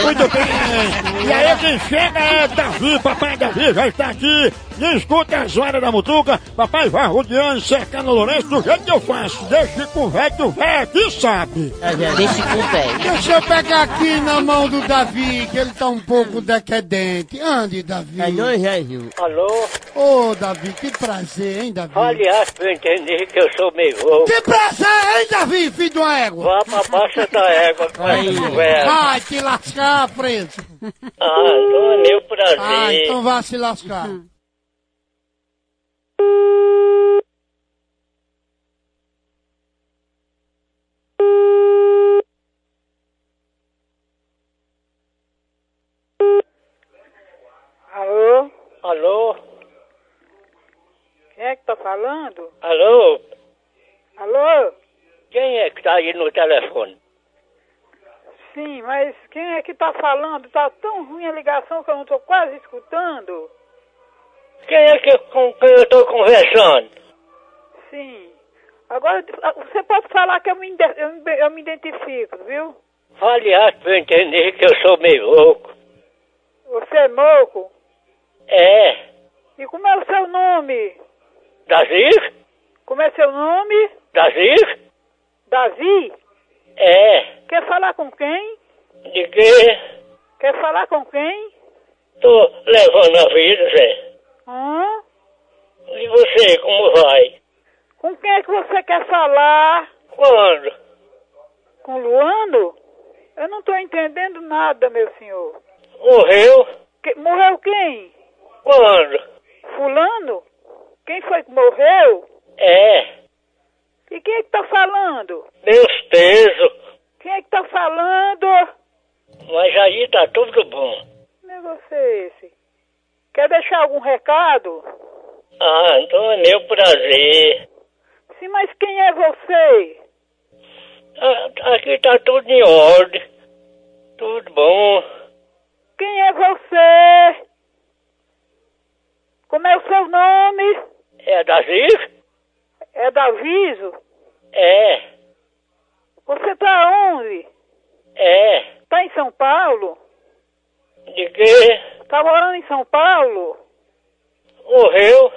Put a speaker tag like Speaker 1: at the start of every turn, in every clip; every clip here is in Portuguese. Speaker 1: muito bem. E aí quem chega é Davi, papai Davi já está aqui. E escuta as horas da mutuca. Papai vai rodeando, cercando o Lourenço do jeito que eu faço. Deixa com o velho que o velho aqui sabe.
Speaker 2: Deixa com o velho.
Speaker 3: Deixa eu pegar aqui na mão do Davi, que ele tá um pouco decadente. Ande, Davi.
Speaker 2: É não, Jesus.
Speaker 4: Alô?
Speaker 3: Ô, Davi, que prazer, hein, Davi?
Speaker 4: Aliás, pra eu entender que eu sou meio voo.
Speaker 3: Que prazer, hein, Davi, filho de uma égua?
Speaker 4: Vá pra baixa da égua com
Speaker 2: Aí.
Speaker 4: essa conversa.
Speaker 3: Vai te lascar, preso.
Speaker 4: Ah, do meu
Speaker 3: Ah,
Speaker 4: prazer.
Speaker 3: então vá se lascar.
Speaker 5: Alô?
Speaker 4: Alô?
Speaker 5: Quem é que tá falando?
Speaker 4: Alô?
Speaker 5: Alô?
Speaker 4: Quem é que tá aí no telefone?
Speaker 5: Sim, mas quem é que tá falando? Tá tão ruim a ligação que eu não tô quase escutando.
Speaker 4: Quem é que, com quem eu tô conversando?
Speaker 5: Sim. Agora, ah, você pode falar que eu me, inde- eu me- eu me identifico, viu?
Speaker 4: Aliás, pra eu entender que eu sou meio louco.
Speaker 5: Você é moco?
Speaker 4: É.
Speaker 5: E como é o seu nome?
Speaker 4: Davi?
Speaker 5: Como é seu nome?
Speaker 4: Davi?
Speaker 5: Davi?
Speaker 4: É.
Speaker 5: Quer falar com quem?
Speaker 4: De que
Speaker 5: Quer falar com quem?
Speaker 4: tô levando a vida, Zé?
Speaker 5: Hã?
Speaker 4: E você, como vai?
Speaker 5: Com quem é que você quer falar?
Speaker 4: Quando?
Speaker 5: Com Luando? Eu não tô entendendo nada, meu senhor.
Speaker 4: Morreu?
Speaker 5: Que- morreu quem?
Speaker 4: Quando?
Speaker 5: Fulano? Quem foi que morreu?
Speaker 4: É.
Speaker 5: E quem é que tá falando?
Speaker 4: Meus pesos.
Speaker 5: Quem é que tá falando?
Speaker 4: Mas aí tá tudo bom.
Speaker 5: Que negócio é esse? Quer deixar algum recado?
Speaker 4: Ah, então é meu prazer.
Speaker 5: Sim, mas quem é você?
Speaker 4: Ah, Aqui tá tudo em ordem. Tudo bom.
Speaker 5: Quem é você? Como é o seu nome?
Speaker 4: É Davi?
Speaker 5: É Daviso?
Speaker 4: É.
Speaker 5: Você tá onde?
Speaker 4: É.
Speaker 5: Tá em São Paulo?
Speaker 4: De que
Speaker 5: Tá morando em São Paulo? É
Speaker 4: morreu?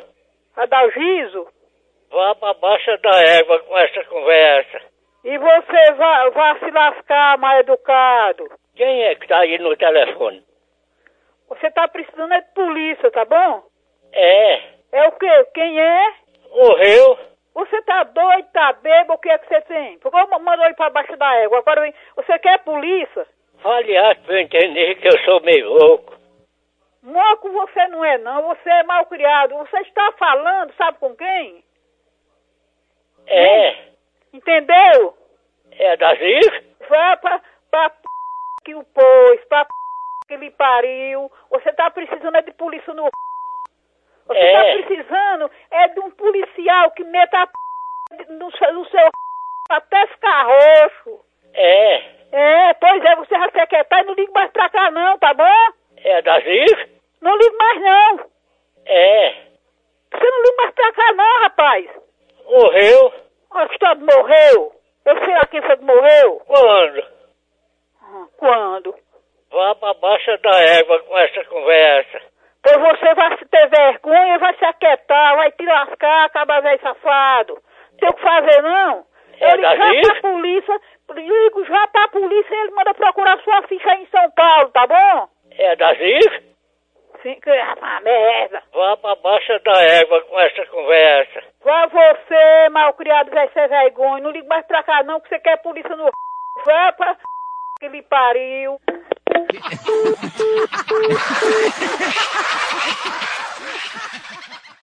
Speaker 5: Adalgiso?
Speaker 4: Vá pra baixa da égua com essa conversa.
Speaker 5: E você vai, vai se lascar, mal educado.
Speaker 4: Quem é que tá aí no telefone?
Speaker 5: Você tá precisando é de polícia, tá bom?
Speaker 4: É.
Speaker 5: É o quê? Quem é?
Speaker 4: Morreu?
Speaker 5: Você tá doido, tá bêbado, o que é que você tem? Por que mandou ele pra baixo da égua? Agora vem, você quer polícia?
Speaker 4: Aliás, pra eu entender que eu sou meio louco.
Speaker 5: Moco você não é não, você é mal criado. Você está falando, sabe com quem?
Speaker 4: É.
Speaker 5: Entendeu?
Speaker 4: É Davi?
Speaker 5: Vai pra, pra p... que o pôs, pra p... que lhe pariu. Você tá precisando é de polícia no... Você
Speaker 4: É.
Speaker 5: tá precisando é de um policial que meta a p... no seu, no seu até ficar roxo.
Speaker 4: É.
Speaker 5: É, pois é, você já secretário, não liga mais pra cá não, tá bom?
Speaker 4: É Davi?
Speaker 5: Não liga mais não. Você
Speaker 4: É.
Speaker 5: não liga mais pra cá não, rapaz.
Speaker 4: Morreu?
Speaker 5: O Estado morreu. Eu sei lá quem foi que morreu.
Speaker 4: Quando?
Speaker 5: Ah, Quando?
Speaker 4: Vá pra baixa da égua com essa conversa.
Speaker 5: Pois você vai se ter vergonha, vai se aquietar, vai te lascar, acaba velho safado. Tem o que fazer, não?
Speaker 4: É,
Speaker 5: Ele já
Speaker 4: Davi?
Speaker 5: pra polícia, ligo já pra polícia ele manda procurar sua ficha aí em São Paulo, tá bom?
Speaker 4: É Davi?
Speaker 5: Sim, que é uma merda.
Speaker 4: Vá pra baixa da égua com essa conversa.
Speaker 5: Vai você, malcriado, vai ser vergonha. Não liga mais pra cá, não, que você quer polícia no. Vai pra. que lhe pariu.